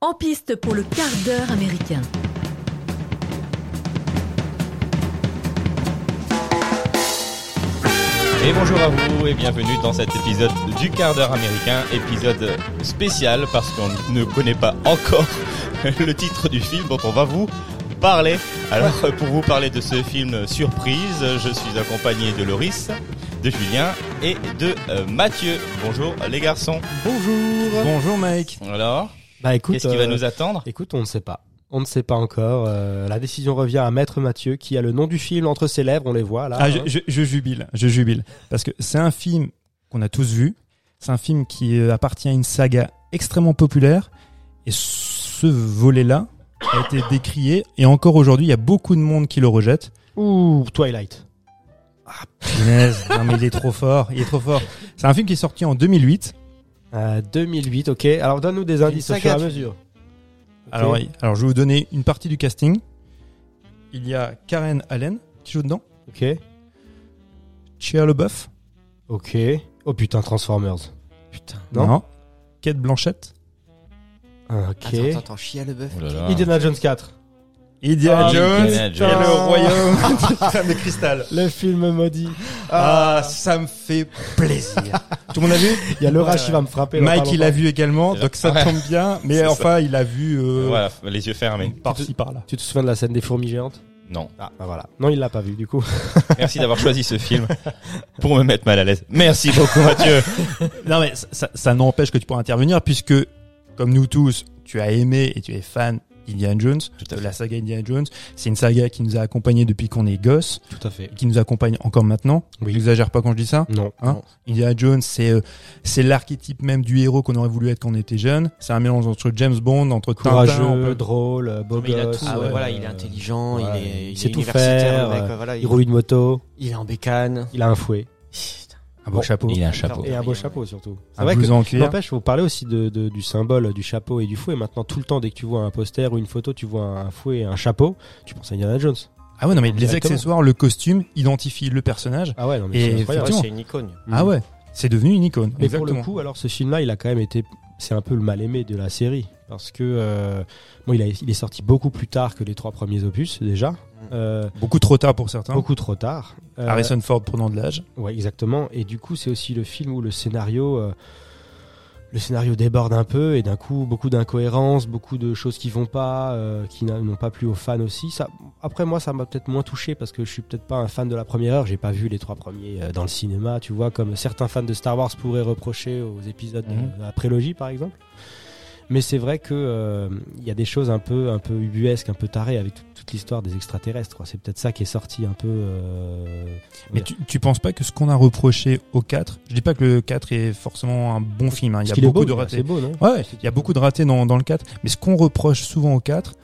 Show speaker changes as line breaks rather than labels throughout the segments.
En piste pour le quart d'heure américain.
Et bonjour à vous et bienvenue dans cet épisode du quart d'heure américain, épisode spécial parce qu'on ne connaît pas encore le titre du film dont on va vous parler. Alors pour vous parler de ce film surprise, je suis accompagné de Loris, de Julien et de euh, Mathieu. Bonjour les garçons.
Bonjour.
Bonjour Mike.
Alors,
Bah écoute,
qu'est-ce qui va
euh,
nous attendre
écoute, on ne sait pas. On ne sait pas encore. euh, la décision revient à Maître Mathieu qui a le nom du film entre ses lèvres. On les voit là.
Ah, je,
hein.
je- je jubile, je jubile. Parce que c'est un film qu'on a tous vu. C'est un film qui euh, appartient à une saga extrêmement populaire. Et ce volet-là a été décrié. Et encore aujourd'hui, il y a beaucoup de monde qui le rejette.
Ouh, Twilight.
Punaise, non mais il est trop fort, il est trop fort. C'est un film qui est sorti en 2008.
Euh, 2008, ok. Alors donne-nous des indices au
saga,
fur et à
tu-
mesure. Ok.
Alors, oui, alors je vais vous donner une partie du casting. Il y a Karen Allen qui joue dedans.
Ok.
Chia LeBeouf.
Ok. Oh putain, Transformers.
Putain.
Non.
Kate Blanchett.
Ah, Ok.
Attends, attends, attends, chia le
euh,
bœuf.
Oh là là.
Indiana Jones 4.
Idia
Ah,
Jones.
Indiana
Et
Jones.
le royaume de cristal.
Le film maudit.
Ah, ça me fait plaisir. Tout le monde a vu
Il y a l'orage
Ouais,
qui va me frapper. dans
Mike,
pas
il a
longtemps.
vu également, donc ça
Ouais.
tombe bien. Mais
C'est
enfin, il a vu euh,
Voilà, les yeux fermés.
par-ci, par-là.
Tu te souviens de la scène des fourmis géantes
Non.
Ah, bah voilà. Non, il l'a pas vu du coup.
Merci d'avoir choisi ce film pour me mettre mal à l'aise. Merci beaucoup Mathieu.
Non, mais ça, ça- ça n'empêche que tu pourras intervenir, puisque, comme nous tous, tu as aimé et tu es fan d'Indiana Jones,
Tout à
de
fait.
la saga Indiana Jones. C'est une saga qui nous a accompagnés depuis qu'on est gosse,
Tout à fait.
qui nous accompagne encore maintenant.
Oui.
J'exagère pas quand je dis ça.
Non.
Hein
Non.
Indiana Jones, c'est euh, c'est l'archétype même du héros qu'on aurait voulu être quand on était jeune. C'est un mélange entre James Bond, entre
Courageux,
Tintin, entre-
drôle, beau
Mais il a
gosse,
tout, ouais,
euh,
voilà, il est intelligent,
voilà,
il est,
il
il
sait
est
tout
universitaire,
faire,
le mec,
euh,
ouais, voilà,
Il roule une moto,
il est en bécane.
il a un fouet
un beau chapeau,
Il a un chapeau.
et un beau
Ouais.
chapeau surtout. C'est
un
vrai que
blouson en cuir.
n'empêche, faut parler aussi de, de- du symbole du chapeau et du fouet. Maintenant, tout le temps, dès que tu vois un poster ou une photo, tu vois un fouet et un chapeau, tu penses à Indiana Jones.
Ah ouais, non, mais les
Exactement.
accessoires, le costume identifie le personnage.
Ah ouais, non mais
Et
c'est
Ouais,
incroyable.
effectivement.
c'est une icône.
Mm.
Ah ouais, c'est devenu une icône.
Mais
Exactement.
pour le coup, alors ce film-là, il a quand même été, c'est un peu le mal aimé de la série parce que euh, bon, il, a- il est sorti beaucoup plus tard que les trois premiers opus déjà,
Mm.
Euh,
beaucoup trop tard pour certains.
beaucoup trop tard. Euh,
Harrison Ford prenant de l'âge.
Ouais, exactement. Et du coup, c'est aussi le film où le scénario, euh, le scénario déborde un peu et d'un coup, beaucoup d'incohérences, beaucoup de choses qui vont pas, euh, qui n'a- n'ont pas plu aux fans aussi. Ça, après moi, ça m'a peut-être moins touché parce que je suis peut-être pas un fan de la première heure. J'ai pas vu les trois premiers euh, dans le cinéma, tu vois, comme certains fans de Star Wars pourraient reprocher aux épisodes
Mhm.
de la prélogie, par exemple. Mais c'est vrai que euh, il y a des choses un peu, un peu ubuesques, un peu tarées avec tout- toute l'histoire des extraterrestres. quoi. C'est peut-être ça qui est sorti un peu. euh,
Mais tu, tu penses pas que ce qu'on a reproché au 4, je dis pas que le 4 est forcément un bon film, hein, il y
parce
a
qu'il est
beaucoup
beau,
de
il est
ratés.
assez beau, non
Ouais, ouais, il y a beaucoup de ratés dans, dans le 4, mais ce qu'on reproche souvent au 4,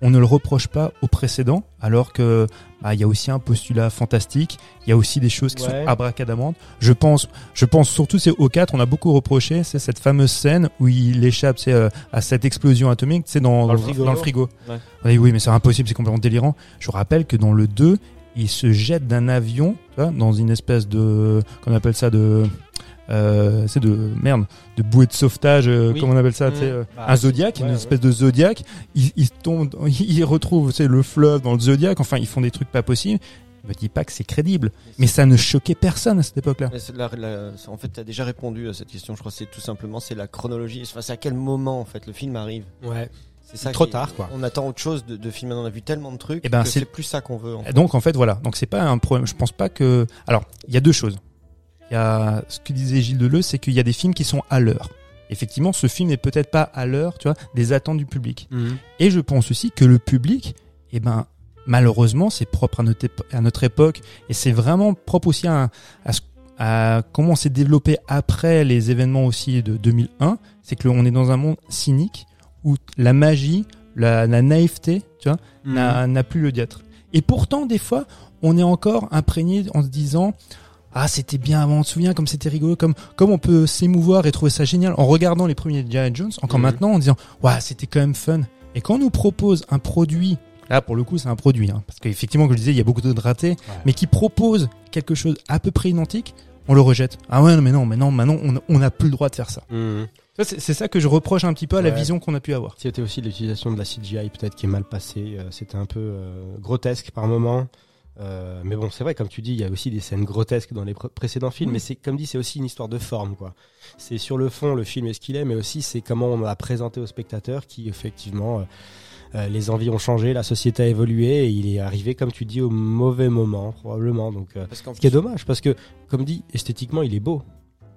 on ne le reproche pas au précédent, alors que bah, il y a aussi un postulat fantastique, il y a aussi des choses qui
Ouais.
sont abracadabrantes. Je pense, je pense surtout c'est au 4, on a beaucoup reproché, c'est cette fameuse scène où il échappe c'est, euh, à cette explosion atomique, c'est dans,
Dans le frigo.
Dans le frigo.
Ouais.
Oui, oui, mais c'est impossible, c'est complètement délirant. Je rappelle que dans le 2, il se jette d'un avion, tu vois, dans une espèce de, qu'on appelle ça de, euh, c'est de merde, de bouée de sauvetage, euh,
Oui.
comment on appelle ça,
Mm.
tu sais, euh,
Bah,
un zodiaque,
ouais,
une
ouais.
espèce de zodiaque. Ils, ils tombent, dans- ils retrouvent, tu sais, le fleuve dans le zodiaque. Enfin, ils font des trucs pas possibles. Me dis pas que c'est crédible, mais ça ne choquait personne à cette époque-là.
Mais c'est la- la- en fait, t'as déjà répondu à cette question. Je crois que c'est tout simplement c'est la chronologie. Enfin, c'est à quel moment en fait le film arrive.
Ouais.
C'est ça.
Trop
qui-
tard, quoi.
On attend autre chose de, de film. Maintenant, on a vu tellement de trucs.
Eh ben,
que
c'est-
c'est plus ça qu'on veut. en fait.
Donc en fait voilà, donc c'est pas un problème. Je pense pas que. Alors il y a deux choses. Il y a ce que disait Gilles Deleuze, c'est qu'il y a des films qui sont à l'heure. Effectivement, ce film n'est peut-être pas à l'heure, tu vois, des attentes du public.
Mhm.
Et je pense aussi que le public, eh ben malheureusement, c'est propre à notre, épo- à notre époque et c'est vraiment propre aussi à, à, ce- à comment on s'est développé après les événements aussi de 2001. C'est que l'on est dans un monde cynique où la magie, la, la naïveté, tu vois n'a n'a plus le diatre. Et pourtant, des fois, on est encore imprégné en se disant Ah, c'était bien avant, on se souvient comme c'était rigolo, comme, comme on peut s'émouvoir et trouver ça génial en regardant les premiers Indiana Jones, encore
Mhm.
maintenant, en disant Waouh, c'était quand même fun. Et quand on nous propose un produit, là pour le coup, c'est un produit, hein, parce qu'effectivement, comme je disais, il y a beaucoup d'autres ratés, mais qui propose quelque chose à peu près identique, on le rejette. Ah ouais, non, mais non, mais non, maintenant, on on n'a plus le droit de faire ça. Ça, C'est c'est ça que je reproche un petit peu à la
Mmh. Ouais.
vision qu'on a pu avoir.
C'était aussi l'utilisation de la CGI peut-être qui est mal passée. euh, C'était un peu euh, grotesque par moment. Euh, mais bon, c'est vrai, comme tu dis, il y a aussi des scènes grotesques dans les pr- précédents films. Mais c'est comme dit, c'est aussi une histoire de forme, quoi. C'est sur le fond, le film est ce qu'il est, mais aussi c'est comment on l'a présenté aux spectateurs, qui effectivement, euh, euh, les envies ont changé, la société a évolué, et il est arrivé, comme tu dis, au mauvais moment probablement. Donc, euh,
Parce qu'en
ce qui est
plus-
dommage, parce que comme dit, esthétiquement, il est beau.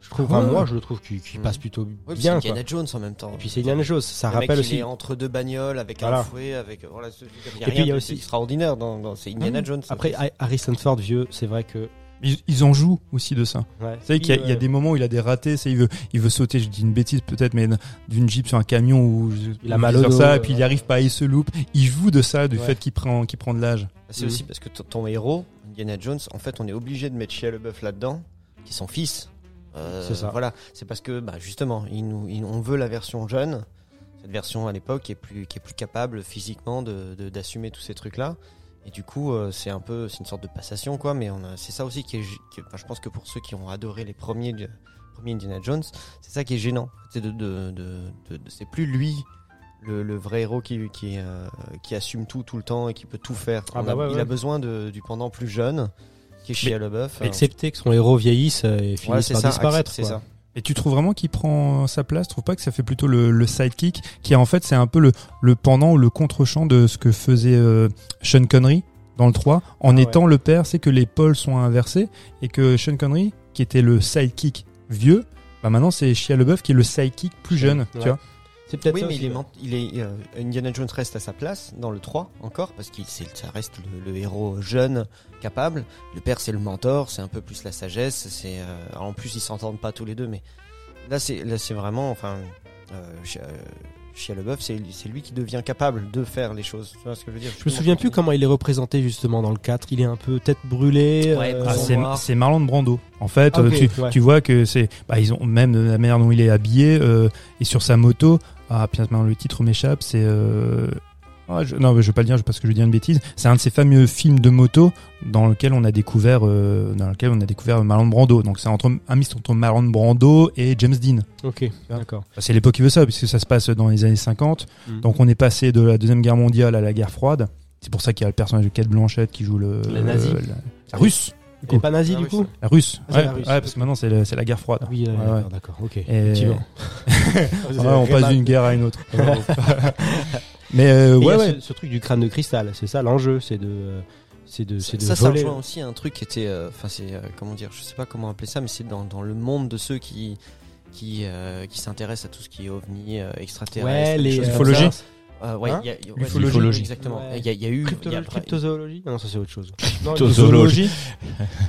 Je trouve,
Ah ouais.
enfin, moi, je le trouve qu'il qu'il
Mm.
passe plutôt
Oui, puis c'est
bien. quoi.
Indiana Jones en même temps.
Et puis c'est Indiana Jones, ça
Le
rappelle
mec,
aussi.
Il est entre deux bagnoles avec
Voilà.
un fouet, avec voilà. c'est- Il y
Et
a
puis,
rien
il y a
de-
aussi- Mhm.
d'extraordinaire dans, dans- c'est Indiana
Mmh.
Jones.
Après, Ha- Harrison Ford, vieux, c'est vrai que.
Ils, ils en jouent aussi de ça.
Ouais.
Vous savez qu'il y, a- il y a des moments où il a des ratés, c'est il veut, il veut sauter, je dis une bêtise peut-être, mais d'une jeep sur un camion ou
Il a mal au dos,
ça,
euh,
et puis il
ouais.
arrive pas, il se loupe. Il joue de ça, du
Ouais.
fait qu'il prend, qu'il prend de l'âge.
Bah, c'est
Mhm.
aussi parce que ton- ton héros, Indiana Jones, en fait, on est obligé de mettre Shia LaBeouf là-dedans, qui est son fils. Euh,
C'est ça.
Voilà, c'est parce que bah, justement, il nous, il- on veut la version jeune, cette version à l'époque qui est plus, qui est plus capable physiquement de- de- d'assumer tous ces trucs-là. Et du coup, euh, c'est un peu, c'est une sorte de passation, quoi. Mais on a- c'est ça aussi qui est, gê- qui est- enfin, je pense que pour ceux qui ont adoré les premiers, du- premiers Indiana Jones, c'est ça qui est gênant. C'est de, de- de- de- de- c'est plus lui. Le, le vrai héros qui, qui, euh, qui assume tout tout le temps et qui peut tout faire.
Ah
On
bah
a-
ouais,
il
ouais.
a besoin de- du pendant plus jeune, qui est Shia LaBeouf. euh,
Excepté que son héros vieillisse euh, et
voilà,
finisse
c'est
par
ça,
disparaître.
c'est
quoi.
ça.
Et tu trouves vraiment qu'il prend euh, sa place Tu trouves pas que ça fait plutôt le, le sidekick qui est en fait c'est un peu le, le pendant ou le contre-champ de ce que faisait euh, Sean Connery dans le 3 en
Ah ouais.
étant le père, c'est que les pôles sont inversés et que Sean Connery qui était le sidekick vieux, bah maintenant c'est Shia LaBeouf qui est le sidekick plus jeune,
Ouais.
tu vois.
C'est peut-être
Oui,
ça
mais
aussi,
il est,
ouais.
ment- il est, euh, Indiana Jones reste à sa place dans le 3 encore, parce qu'il c'est- ça reste le, le héros jeune, capable. Le père, c'est le mentor, c'est un peu plus la sagesse. C'est euh, alors, en plus, ils s'entendent pas tous les deux, mais là, c'est là, c'est vraiment, enfin, euh, Shia- euh, Shia LaBeouf, c'est c'est lui qui devient capable de faire les choses. Tu vois ce que je veux dire
Je me souviens plus comment il est représenté justement dans le 4. Il est un peu tête brûlée.
Ouais,
euh,
Ah,
Ils
c'est
sont noirs.
c'est Marlon Brando. En fait,
Ah, ok,
euh, tu,
ouais.
tu vois que c'est bah, ils ont même la manière dont il est habillé euh, et sur sa moto. Ah putain, maintenant, le titre m'échappe. C'est euh, ah, je- non, mais je vais pas le dire parce que je dis une bêtise. C'est un de ces fameux films de moto dans lequel on a découvert euh, dans lequel on a découvert Marlon Brando. Donc c'est entre un mix entre Marlon Brando et James Dean.
Ok,
Ah.
d'accord.
Enfin, C'est l'époque qui veut ça, puisque ça se passe dans les années 50.
Mm.
Donc on est passé de la Deuxième Guerre mondiale à la guerre froide. C'est pour ça qu'il y a le personnage de Kate Blanchett qui joue le... euh,
La nazie.
la- la russe.
Il est pas nazi
Ah
du
oui,
coup
ça.
La russe.
Ah, c'est
ouais,
la russe.
ouais, parce que maintenant c'est le- c'est la guerre froide.
Ah Oui, euh,
Ouais, ouais.
d'accord, d'accord, ok.
Et-
Effectivement.
Ah
Ouais, Ah, on passe d'une guerre à une autre. Ah, Mais euh,
Et il y
ouais,
a
ouais.
Ce, ce truc du crâne de cristal, c'est ça l'enjeu, c'est de, c'est de, c'est de
ça, ça
voler.
rejoint aussi à un truc qui était, euh, enfin c'est euh, comment dire, je sais pas comment appeler ça, mais c'est dans, dans le monde de ceux qui qui euh, qui s'intéressent à tout ce qui est ovni, euh, extraterrestre,
ouais, les
choses comme
Ufologie.
ça. Euh, ouais,
Hein
il y a- il y a- ouais,
Ufologie.
l'ufologie, exactement.
Ouais.
Il y, a- il y a eu il y a-
Cryptolo- Cryptozoologie Non, ça c'est autre chose. Non,
Cryptozoologie.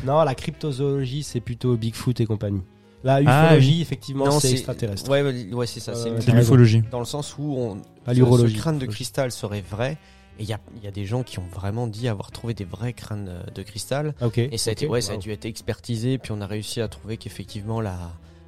Non, la cryptozoologie, c'est plutôt Bigfoot et compagnie. La
Ah,
ufologie, effectivement,
Non,
c'est
c'est-
extraterrestre.
Ouais, ouais, ouais, c'est ça.
Ouais,
c'est
ouais.
C'est de l'ufologie.
dans le sens où on,
Pas
ce-
l'urologie.
ce crâne de cristal serait vrai. Et il y a, il y a des gens qui ont vraiment dit avoir trouvé des vrais crânes euh, de cristal.
Ok.
Et ça a, été,
Ok.
ouais, ça a
Wow.
dû être expertisé, puis on a réussi à trouver qu'effectivement la,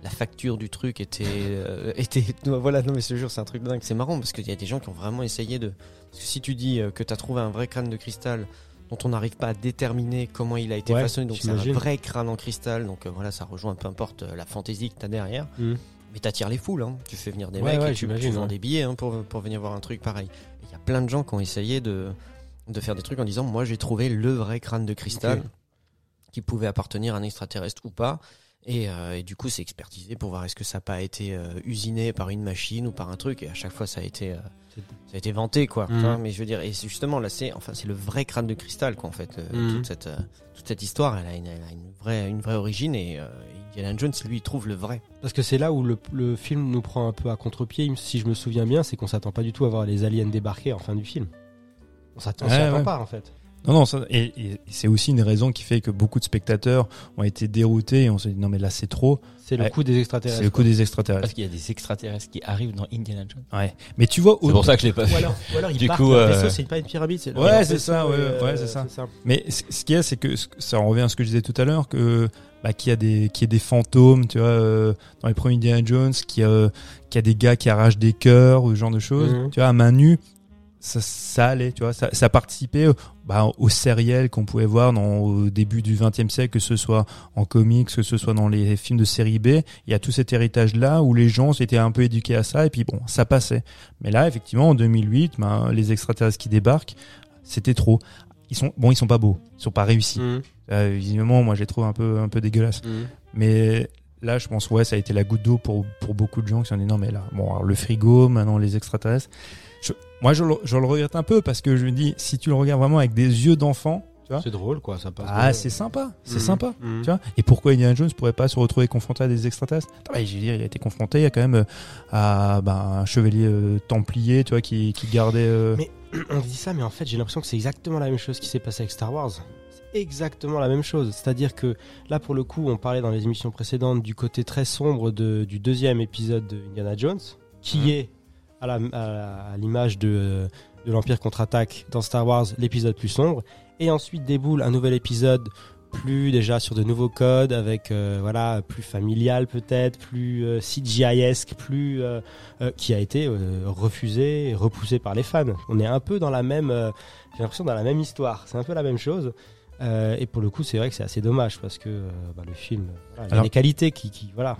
la facture du truc était. euh, était non, voilà, non mais ce jour c'est un truc dingue. C'est marrant parce qu'il y a des gens qui ont vraiment essayé de. Parce que si tu dis euh, que tu as trouvé un vrai crâne de cristal dont on n'arrive pas à déterminer comment il a été
Ouais,
façonné, donc c'est un
j'imagine.
vrai crâne en cristal, donc euh, voilà, ça rejoint peu importe euh, la fantaisie que tu as derrière.
Mhm.
Mais t'attires les foules, hein. tu fais venir des
Ouais,
mecs
ouais,
et tu, tu
j'imagine,
vends
ouais.
des billets hein, pour, pour venir voir un truc pareil. Il y a plein de gens qui ont essayé de, de faire des trucs en disant Moi j'ai trouvé le vrai crâne de cristal
Ok.
qui pouvait appartenir à un extraterrestre ou pas. Et, euh, et du coup, c'est expertisé pour voir est-ce que ça n'a pas été euh, usiné par une machine ou par un truc. Et à chaque fois, ça a été, euh,
C'est-
ça a été vanté, quoi.
Mhm.
Tu vois, mais je veux dire, et c'est justement là, c'est enfin, c'est le vrai crâne de cristal, quoi, en fait. Euh,
Mhm.
toute, cette, euh, toute cette histoire, elle a une, elle a une vraie, une vraie origine. Et euh, Indiana Jones, lui, il trouve le vrai.
Parce que c'est là où le, le film nous prend un peu à contre-pied, si je me souviens bien, c'est qu'on s'attend pas du tout à voir les aliens débarquer en fin du film. On s'attend on s'y
Ouais,
attend
ouais.
pas en fait.
Non, non, ça- et, et c'est aussi une raison qui fait que beaucoup de spectateurs ont été déroutés et on se dit non, mais là c'est trop.
C'est le
Ouais.
coup des extraterrestres.
C'est le coup des extraterrestres.
Parce qu'il y a des extraterrestres qui arrivent dans Indiana Jones.
Mais tu vois,
C'est pour ça que je l'ai pas
Ou
vu.
alors, ou alors ils
Du
partent
coup,
leur
euh,
vaisseau, c'est pas une pyramide. c'est leur
Ouais,
vaisseau,
c'est ça, ouais,
euh,
ouais, c'est ça.
ça.
Mais c- ce qu'il y a, c'est que ce- ça en revient à ce que je disais tout à l'heure, que bah, qu'il y a des qu'il y a des fantômes, tu vois, euh, dans les premiers Indiana Jones, qu'il y, a, euh, qu'il y a des gars qui arrachent des cœurs ou ce genre de choses,
Mhm.
tu vois, à main nue. ça, ça allait, tu vois, ça, ça participait euh, bah, aux séries qu'on pouvait voir dans, au début du XXe siècle, que ce soit en comics, que ce soit dans les films de série B. Il y a tout cet héritage-là où les gens s'étaient un peu éduqués à ça et puis bon, ça passait. Mais là, effectivement, en 2008, ben, les extraterrestres qui débarquent, c'était trop. Ils sont bon, ils sont pas beaux, ils sont pas réussis.
Mhm.
Euh, visiblement, moi, je les trouve un peu un peu dégueulasses.
Mhm.
Mais là, je pense, ouais, ça a été la goutte d'eau pour, pour beaucoup de gens qui se sont dit non, mais là, bon, alors, le frigo, maintenant les extraterrestres. Je- moi, je, le- je le regrette un peu parce que je me dis, si tu le regardes vraiment avec des yeux d'enfant, tu vois,
C'est drôle, quoi, ça passe.
ah,
bien.
c'est sympa, c'est
Mhm.
sympa.
Mhm.
Tu vois et pourquoi Indiana Jones pourrait pas se retrouver confronté à des extraterrestres Attends, bah, je veux dire, il a été confronté à quand même euh, à bah, un chevalier euh, templier, tu vois, qui, qui gardait. euh,
Mais- On dit ça, mais en fait, j'ai l'impression que c'est exactement la même chose qui s'est passée avec Star Wars. C'est exactement la même chose. C'est-à-dire que là, pour le coup, on parlait dans les émissions précédentes du côté très sombre de- du deuxième épisode de Indiana Jones, qui
Mhm.
est à la- à la- à l'image de, de l'Empire contre-attaque dans Star Wars, l'épisode plus sombre. Et ensuite déboule un nouvel épisode plus déjà sur de nouveaux codes avec euh, voilà plus familial peut-être plus euh, CGI-esque plus euh, euh, qui a été euh, refusé et repoussé par les fans. On est un peu dans la même, euh, j'ai l'impression dans la même histoire. C'est un peu la même chose. Euh, et pour le coup, c'est vrai que c'est assez dommage parce que euh, bah, le film, voilà, il y a
Alors-
des qualités qui, qui voilà.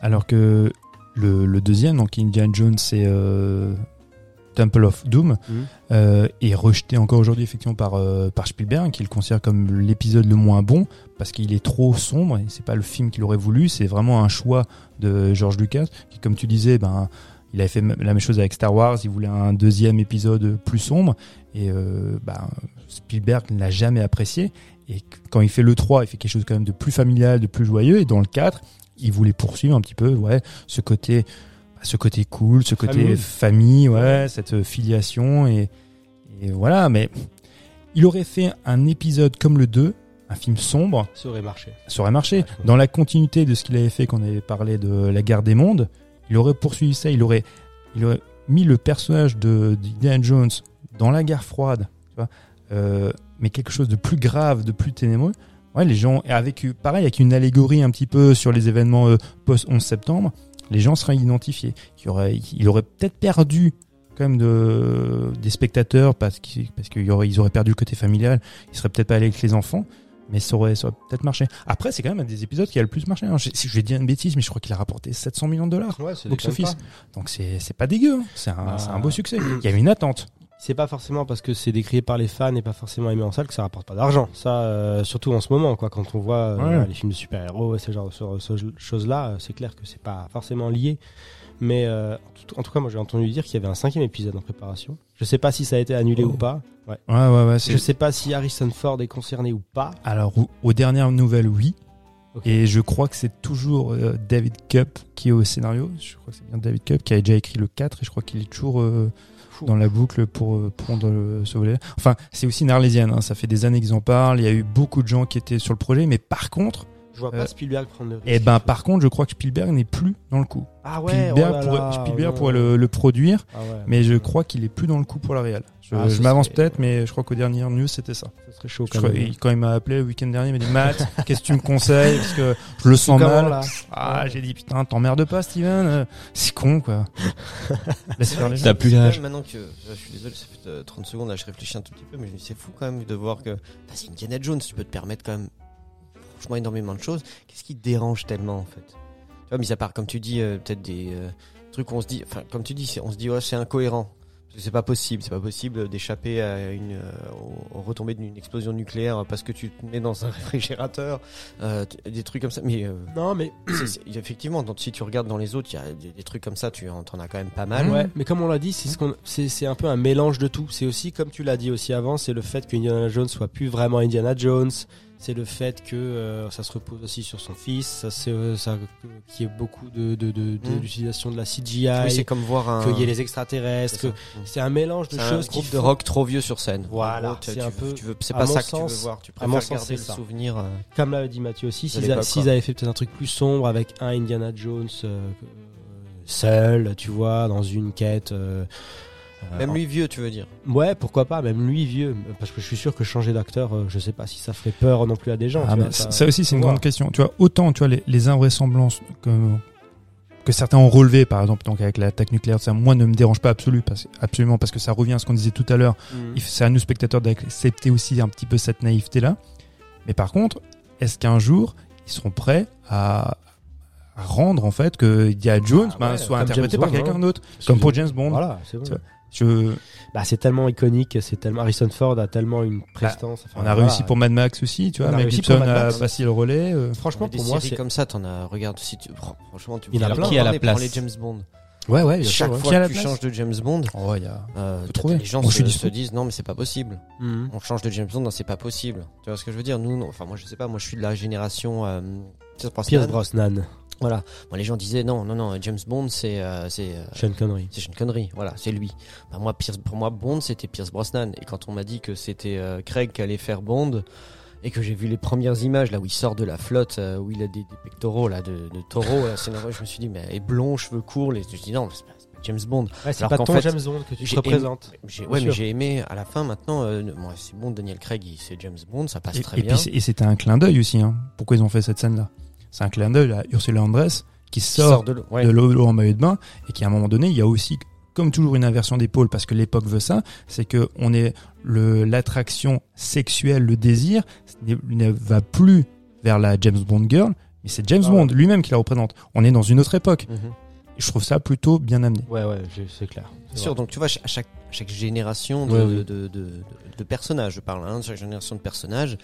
Alors que le, le deuxième, donc Indiana Jones, c'est euh, Temple of Doom,
Mhm.
euh, est rejeté encore aujourd'hui effectivement par, euh, par Spielberg, qui le considère comme l'épisode le moins bon parce qu'il est trop sombre. et C'est pas le film qu'il aurait voulu. C'est vraiment un choix de George Lucas, qui, comme tu disais, ben il avait fait m- la même chose avec Star Wars. Il voulait un deuxième épisode plus sombre et euh, ben, Spielberg ne l'a jamais apprécié. Et qu- quand il fait le 3, il fait quelque chose quand même de plus familial, de plus joyeux. Et dans le 4, il voulait poursuivre un petit peu, ouais, ce côté, bah, ce côté cool, ce côté
Famille.
famille, ouais, cette filiation et, et voilà. Mais il aurait fait un épisode comme le 2, un film sombre,
Ça aurait marché.
ça aurait marché.
Ouais, je
Dans la continuité de ce qu'il avait fait quand on avait parlé de la guerre des mondes, il aurait poursuivi ça, il aurait, il aurait mis le personnage de d'Indiana Jones dans la guerre froide, tu vois, euh, mais quelque chose de plus grave, de plus ténébreux. Ouais, les gens, et avec, euh, pareil, avec une allégorie un petit peu sur les événements euh, post-11 septembre, les gens seraient identifiés. Il aurait, il aurait peut-être perdu quand même de, des spectateurs parce qu'ils parce qu'ils auraient, ils auraient perdu le côté familial, ils seraient peut-être pas allés avec les enfants, mais ça aurait, ça aurait peut-être marché. Après, c'est quand même un des épisodes qui a le plus marché. hein. Je- Si je vais dire une bêtise, mais je crois qu'il a rapporté 700 millions de dollars.
Ouais, c'est
Box
des
office.
comme ça.
Donc c'est c'est pas dégueu, hein. c'est un,
Ah.
c'est un beau succès. Il y a eu une attente.
C'est pas forcément parce que c'est décrié par les fans et pas forcément aimé en salle que ça rapporte pas d'argent. Ça, euh, surtout en ce moment, quoi, quand on voit euh,
Ouais.
voilà, les films de super-héros et ce genre de ce- ce- choses-là, euh, c'est clair que c'est pas forcément lié. Mais euh, en tout- en tout cas, moi j'ai entendu dire qu'il y avait un cinquième épisode en préparation. Je sais pas si ça a été annulé
Oh.
ou pas. Ouais.
Ouais, ouais, ouais.
Je sais pas si Harrison Ford est concerné ou pas.
Alors, au- aux dernières nouvelles, oui.
Ok.
Et je crois que c'est toujours euh, David Cup qui est au scénario. Je crois que c'est bien David Cup qui a déjà écrit le 4 et je crois qu'il est toujours euh,
Fou.
dans la boucle pour euh, prendre euh, ce volet. Enfin, c'est aussi une Arlésienne. hein. Ça fait des années qu'ils en parlent. Il y a eu beaucoup de gens qui étaient sur le projet. Mais par contre,
Je vois
Euh,
pas Spielberg prendre le risque.
eh ben, par contre, je crois que Spielberg n'est plus dans le coup.
Ah ouais,
Spielberg,
oh là
pourrait,
là,
Spielberg
non.
pourrait le, le produire,
Ah ouais,
mais je crois qu'il est plus dans le coup pour la réal. Je,
Ah,
je
ce
m'avance
serait-
peut-être, mais je crois qu'aux dernières news, c'était ça.
ça serait chaud
Je
quand
crois-
même.
il- quand il m'a appelé le week-end dernier, il m'a dit Matt, qu'est-ce que tu me conseilles Parce que je le sens
Comment,
mal.
là
Ah, j'ai dit putain, t'emmerdes pas, Steven. euh, C'est con, quoi. Laisse faire les gens.
T'as plus l'âge.
Maintenant que je suis désolé, ça fait euh, 30 secondes là, je réfléchis un tout petit peu, mais je me dis, c'est fou quand même de voir que vas-y Indiana Jones, tu peux te permettre quand même franchement énormément de choses. Qu'est-ce qui te dérange tellement en fait Tu vois, mis à part comme tu dis euh, peut-être des euh, trucs où on se dit, enfin comme tu dis, c'est- on se dit ouais c'est incohérent. Parce que C'est pas possible, c'est pas possible d'échapper à une euh, au- aux retombées d'une explosion nucléaire parce que tu te mets dans un réfrigérateur, euh, t- des trucs comme ça. Mais euh,
Non, mais
c'est- c'est- effectivement, donc, si tu regardes dans les autres, il y a des, des trucs comme ça, tu en t'en as quand même pas mal.
Ouais, mais comme on l'a dit, c'est ce qu'on- c'est c'est un peu un mélange de tout. C'est aussi, comme tu l'as dit aussi avant, c'est le fait que Indiana Jones soit plus vraiment Indiana Jones. C'est le fait que euh, ça se repose aussi sur son fils. Ça, c'est euh, ça qu'il y ait beaucoup de de- de- de-
Mm.
d'utilisation de, la
Oui,
CGI,
c'est comme voir un.
qu'il y ait les extraterrestres.
C'est
que-
ça.
C'est un mélange de
C'est un
choses qui
groupe de
font-
rock trop vieux sur scène.
Voilà,
En gros, tu-
c'est
tu
un
veux-
peu-
tu veux- c'est
à
pas
mon
ça que tu
sens-
veux voir. Tu
à mon sens,
préfères garder le
c'est ça.
souvenir. euh,
comme l'avait dit Mathieu aussi, s'ils
l'époque,
a- s'ils
quoi.
avaient fait peut-être un truc plus sombre avec un Indiana Jones euh, euh, seul, tu vois, dans une quête. euh, euh,
Même lui vieux, tu veux dire.
Ouais, pourquoi pas, même lui vieux. Parce que je suis sûr que changer d'acteur, euh, je sais pas si ça ferait peur non plus à des gens.
Ah,
tu
mais
vois,
ça,
ça-
ça aussi, c'est une
voir.
grande question. Tu vois, autant tu vois les, les invraisemblances que- qu'on que certains ont relevé, par exemple, donc avec l'attaque nucléaire, ça, moi, ne me dérange pas absolu, parce- absolument, parce que ça revient à ce qu'on disait tout à l'heure.
Mm.
Mm.
Il f- C'est à nous, spectateurs, d'accepter aussi un petit peu cette naïveté-là. Mais par contre, est-ce qu'un jour, ils seront prêts à à rendre en fait que Dia Jones
Ah
ben,
ouais,
soit
comme
interprété
James
par
Bond,
quelqu'un
hein.
d'autre, comme pour James Bond.
Voilà, c'est bon.
Tu vois. Je-
Bah, c'est tellement iconique, c'est tellement Harrison Ford a tellement une prestance.
Bah, on a réussi pour Mad Max aussi, tu
Ah On
vois.
a
Mel
réussi pour
Gibson
Mad
a
Max.
passé le relais. euh.
Franchement,
des
pour moi,
séries
c'est
comme ça, t'en as. Regarde, si tu. fran- Franchement, tu
Il y en a
pourrais
plein.
en
Qui a la
parler, prends
place
les James Bond.
Ouais, ouais. bien sûr,
Chaque
ouais.
fois
Qui a
que
la
tu
place
changes de James Bond,
Oh, il y a-
euh,
Faut
t'as-
trouver.
les gens
Moi, je
se,
suis
se
dispo.
disent non, mais c'est pas possible.
Mhm.
On change de James Bond, non, c'est pas possible. Tu vois ce que je veux dire Nous, non. enfin, moi, je sais pas, moi, je suis de la génération. euh, Pierce
Pierce
Brosnan.
Brosnan,
Voilà. Bon, les gens disaient non, non, non, James Bond, c'est. euh, c'est euh,
Sean Connery.
c'est Sean Connery, voilà, c'est lui. Bah, moi, Pierce- pour moi, Bond, c'était Pierce Brosnan. Et quand on m'a dit que c'était euh, Craig qui allait faire Bond, et que j'ai vu les premières images, là où il sort de la flotte, euh, où il a des, des pectoraux, là, de, de taureau, là, c'est normal, je me suis dit, mais et blond, cheveux courts, les... je me suis dit, non, c'est pas, c'est pas James Bond.
Ouais, c'est
Alors
pas
qu'en
ton
fait,
James Bond que tu te
j'ai
représentes.
J'ai-
Bien
Ouais, mais
sûr.
j'ai aimé, à la fin, maintenant, euh, moi, c'est bon, Daniel Craig, il- c'est James Bond, ça passe
Et,
très
et
bien.
puis c'est- et c'était un clin d'œil aussi. Hein. Pourquoi ils ont fait cette scène-là C'est un clin d'œil à Ursula Andress qui
Il
sort de,
de l'eau. Ouais.
l'eau en maillot de bain et qui à un moment donné, il y a aussi, comme toujours, une inversion d'épaule parce que l'époque veut ça. C'est que on est le l'attraction sexuelle, le désir ce n'est- ne va plus vers la James Bond girl, mais c'est James
Ah ouais.
Bond lui-même qui la représente. On est dans une autre époque.
Mhm.
Je trouve ça plutôt bien amené.
Ouais, ouais, je- c'est clair.
Bien sûr, donc tu vois, ch- à chaque, à chaque génération de,
Ouais, ouais.
de- de- de- de personnages, je parle, hein, de chaque génération de personnages,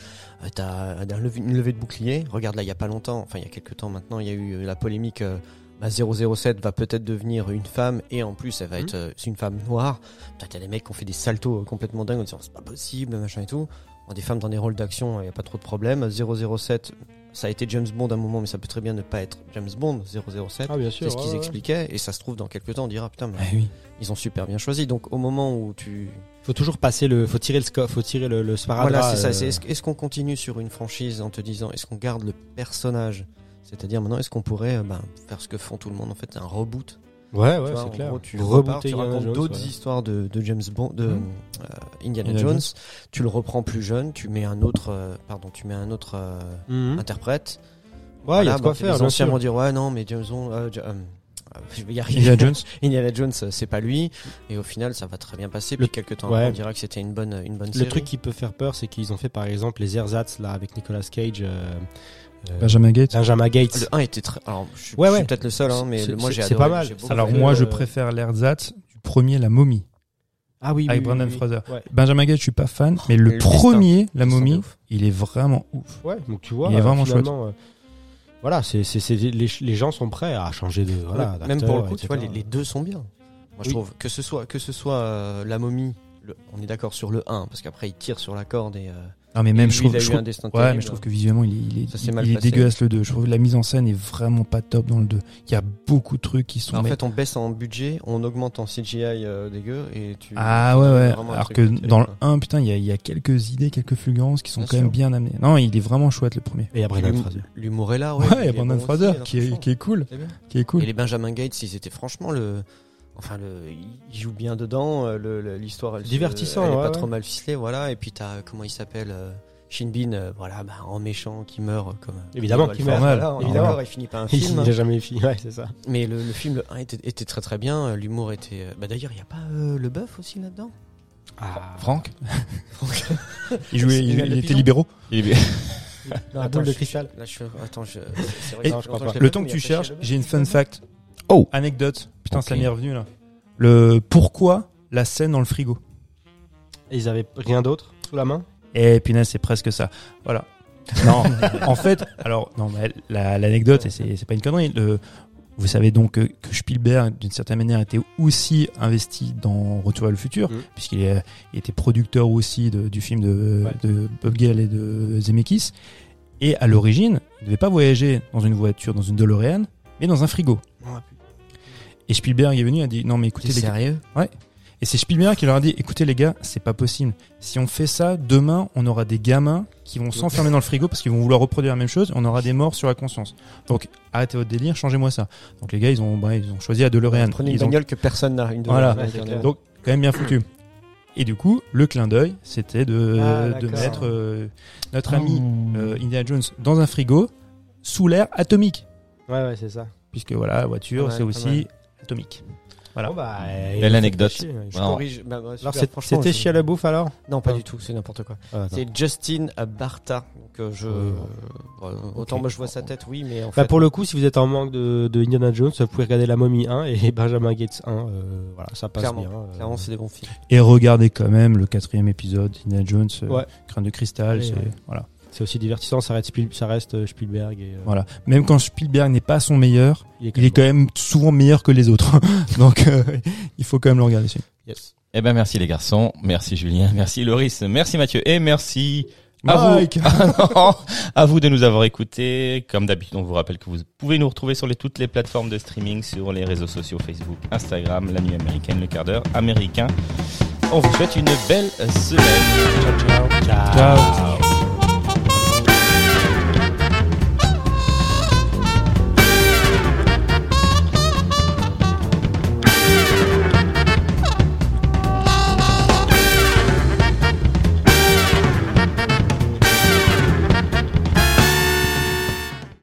euh, t'as un lev- une levée de bouclier. Regarde là, il y a pas longtemps, enfin il y a quelques temps maintenant, il y a eu euh, la polémique. euh, bah, 007 va peut-être devenir une femme et en plus elle va
Mhm.
être euh, c'est une femme noire. Putain, T'as des mecs qui ont fait des saltos euh, complètement dingues en disant c'est pas possible, machin et tout. Bon, des femmes dans des rôles d'action, il n'y a pas trop de problème. 007, ça a été James Bond à un moment, mais ça peut très bien ne pas être James Bond 007.
Ah, bien sûr.
c'est ce qu'ils
ouais, ouais.
expliquaient et ça se trouve dans quelques temps on dira putain mais
Eh
Ah oui.
ils ont super bien choisi. Donc au moment où tu
Faut toujours passer le, faut tirer le sco- faut tirer le, le sparadrap.
voilà, c'est ça.
euh,
c'est Est-ce est-ce qu'on continue sur une franchise en te disant est-ce qu'on garde le personnage C'est-à-dire maintenant est-ce qu'on pourrait euh, ben, faire ce que font tout le monde en fait un reboot
Ouais,
Tu
ouais,
vois,
c'est
en
clair.
gros, tu repars,
Rebooter
tu
Indiana
racontes
Jones,
d'autres
ouais. Hmm.
histoires de, de James Bond, de
Mhm.
euh, Indiana,
Indiana
Jones.
Jones.
Tu le reprends plus jeune, tu mets un autre, euh, pardon, tu mets un autre euh,
Mhm.
interprète. bah,
Ouais, il Ah, y a de quoi faire,
Les
bien
anciens
sûr.
vont dire ouais non mais James Bond, euh, Ja- euh, je vais y arriver.
Indiana Jones.
Indiana Jones, euh, c'est pas lui. Et au final, ça va très bien passer.
Le-
Puis quelques temps,
ouais.
après, on dira que c'était une bonne, euh, une bonne
Le
série.
truc qui peut faire peur, c'est qu'ils ont fait par exemple les Ersatz là avec Nicolas Cage, euh, euh,
Benjamin Gates.
Benjamin Gates.
Le 1 était très. Alors, je suis,
Ouais,
je suis
ouais.
peut-être le seul, hein, mais
C'est-
le- moi
c'est-
j'ai
c'est
adoré.
pas mal.
j'ai beaucoup
Ça
Alors
fait,
aimé.
moi, je
euh,
préfère l'Ersatz du premier, la momie.
Ah oui,
Avec
oui,
Brandon
oui, oui.
Fraser.
Ouais.
Benjamin Gates, je suis pas fan, mais
mais
le
le destin,
premier, la
destin de
momie,
ouf.
il est vraiment ouf.
Ouais, donc tu vois,
Il est
euh,
vraiment
finalement, euh, voilà, c'est, c'est, c'est- les, les gens sont prêts à changer de. Voilà,
Même
d'acteur,
pour le coup,
etc.
tu vois, les, les deux sont bien. Moi je
Oui.
trouve que ce soit, que ce soit euh, la momie, le- on est d'accord sur le 1, parce qu'après il tire sur la corde et. euh,
Non mais même
lui,
je trouve,
il a
je
eu
trouve-
un destin
ouais,
terrible.
mais je trouve que visuellement il est, il est-
Ça s'est mal
il est
passé.
dégueulasse le 2. Je trouve que la mise en scène est vraiment pas top dans le 2. Il y a beaucoup de trucs qui sont.
En
mais-
fait, on baisse en budget, on augmente en CGI euh, dégueu et tu.
ah ouais ouais.
vraiment un
Alors
truc
que
de télé,
dans le
quoi.
1, putain, il y, a, il y a quelques idées, quelques fulgurances qui sont
Bien
quand même
sûr.
bien amenées. Non, il est vraiment chouette le premier.
Et il y a Brandon
L'hum-
Fraser.
L'humour est là, ouais.
Ouais, il y a
il est
Brandon
bon
Fraser
aussi, alors,
qui est,
franchement,
qui est cool,
c'est bien.
qui est cool.
Et les Benjamin Gates, ils étaient franchement le. Enfin, le, il joue bien dedans. euh, le- le- L'histoire, elle, se-
Divertissant,
elle est
ouais,
pas
ouais.
trop mal ficelée, voilà. Et puis t'as euh, comment il s'appelle, euh, Shinbin, euh, voilà, bah, en méchant qui meurt euh, comme.
Évidemment
il
qu'il
doit le
meurt,
faire, voilà, on est
évidemment.
d'accord, il finit pas un
Il
film.
n'a jamais fini. Ouais, c'est ça.
mais le, le film le 1 était, était très très bien. euh, L'humour était. euh, Bah d'ailleurs, il y a pas euh, le bœuf aussi là-dedans. Ah,
Franck,
Franck.
il jouait, il,
Il a
il
le
était
pigeon.
libéraux.
Il est-
La
Attends,
boule de
je-
cristal.
Là, je suis. Attends, je.
Et-
Non, je crois pas.
Le temps que tu cherches, j'ai une fun fact.
Oh.
Anecdote. Putain, c'est la
Ok.
meilleure venue là. Le pourquoi la scène dans le frigo.
Et ils avaient rien d'autre sous la main.
Eh punaise, c'est presque ça. Voilà. Non, en fait, alors non, mais la- l'anecdote, et c'est c'est pas une connerie. le- vous savez donc que, que Spielberg, d'une certaine manière, était aussi investi dans Retour vers le futur,
Mm.
puisqu'il est- il était producteur aussi de- du film de,
Ouais.
de Bob Gale et de Zemeckis. Et à l'origine, il ne devait pas voyager dans une voiture, dans une DeLorean, mais dans un frigo. Et Spielberg est venu et a dit non mais écoutez les gars. Ouais. Et c'est Spielberg qui leur a dit écoutez les gars, c'est pas possible. Si on fait ça, demain on aura des gamins qui vont s'enfermer dans le frigo parce qu'ils vont vouloir reproduire la même chose. et On aura des morts sur la conscience. Donc arrêtez votre délire, changez-moi ça. Donc les gars ils ont bah, ils ont choisi la DeLorean.
Prenez une
Ils ont
bagnole que personne n'a. une
Voilà.
DeLorean,
Ouais, c'est clair.
Donc,
donc quand même bien foutu. Et du coup le clin d'œil c'était de
Ah,
de
d'accord.
mettre euh, notre ami euh, Indiana Jones dans un frigo sous l'air atomique.
Ouais, ouais, c'est ça.
puisque voilà, la voiture,
Pas mal,
c'est
pas
aussi atomique.
Bon, bah, euh,
Belle
il a
anecdote.
fait chier, ouais.
Je
Vraiment.
corrige. bah, bah, super,
Alors, c'est-
franchement,
c'était
je-
chier à la bouffe alors
Non, pas
Non.
du tout, c'est n'importe quoi.
Ah, attends.
C'est Justin Barta. Donc, euh, je.
Euh,
euh, autant
ok.
moi je vois sa tête, oui, mais en
Bah,
fait.
pour le coup, si vous êtes en manque de, de Indiana Jones, vous pouvez regarder La Momie 1 et Benjamin Gates 1. euh, voilà, ça passe
Clairement,
bien. euh.
clairement, c'est des bons films.
Et regardez quand même le quatrième épisode, Indiana Jones, euh,
Ouais.
Crâne de cristal,
Allez,
c'est
ouais.
voilà,
C'est aussi divertissant, ça reste, Spiel- ça reste, euh, Spielberg. Et, euh,
voilà. Même quand Spielberg n'est pas à son meilleur,
Il est quand
il est
même
quand même souvent meilleur que les autres. Donc euh, il faut quand même le regarder. celui-là.
Yes.
Eh ben merci les garçons, merci Julien, merci Loris, merci Mathieu et merci à vous.
Mike.
Ah non, à vous de nous avoir écoutés. Comme d'habitude, on vous rappelle que vous pouvez nous retrouver sur les- toutes les plateformes de streaming, sur les réseaux sociaux Facebook, Instagram, la nuit américaine, le quart d'heure américain. On vous souhaite une belle semaine. Ciao ciao.
bon. Ciao.
Ciao.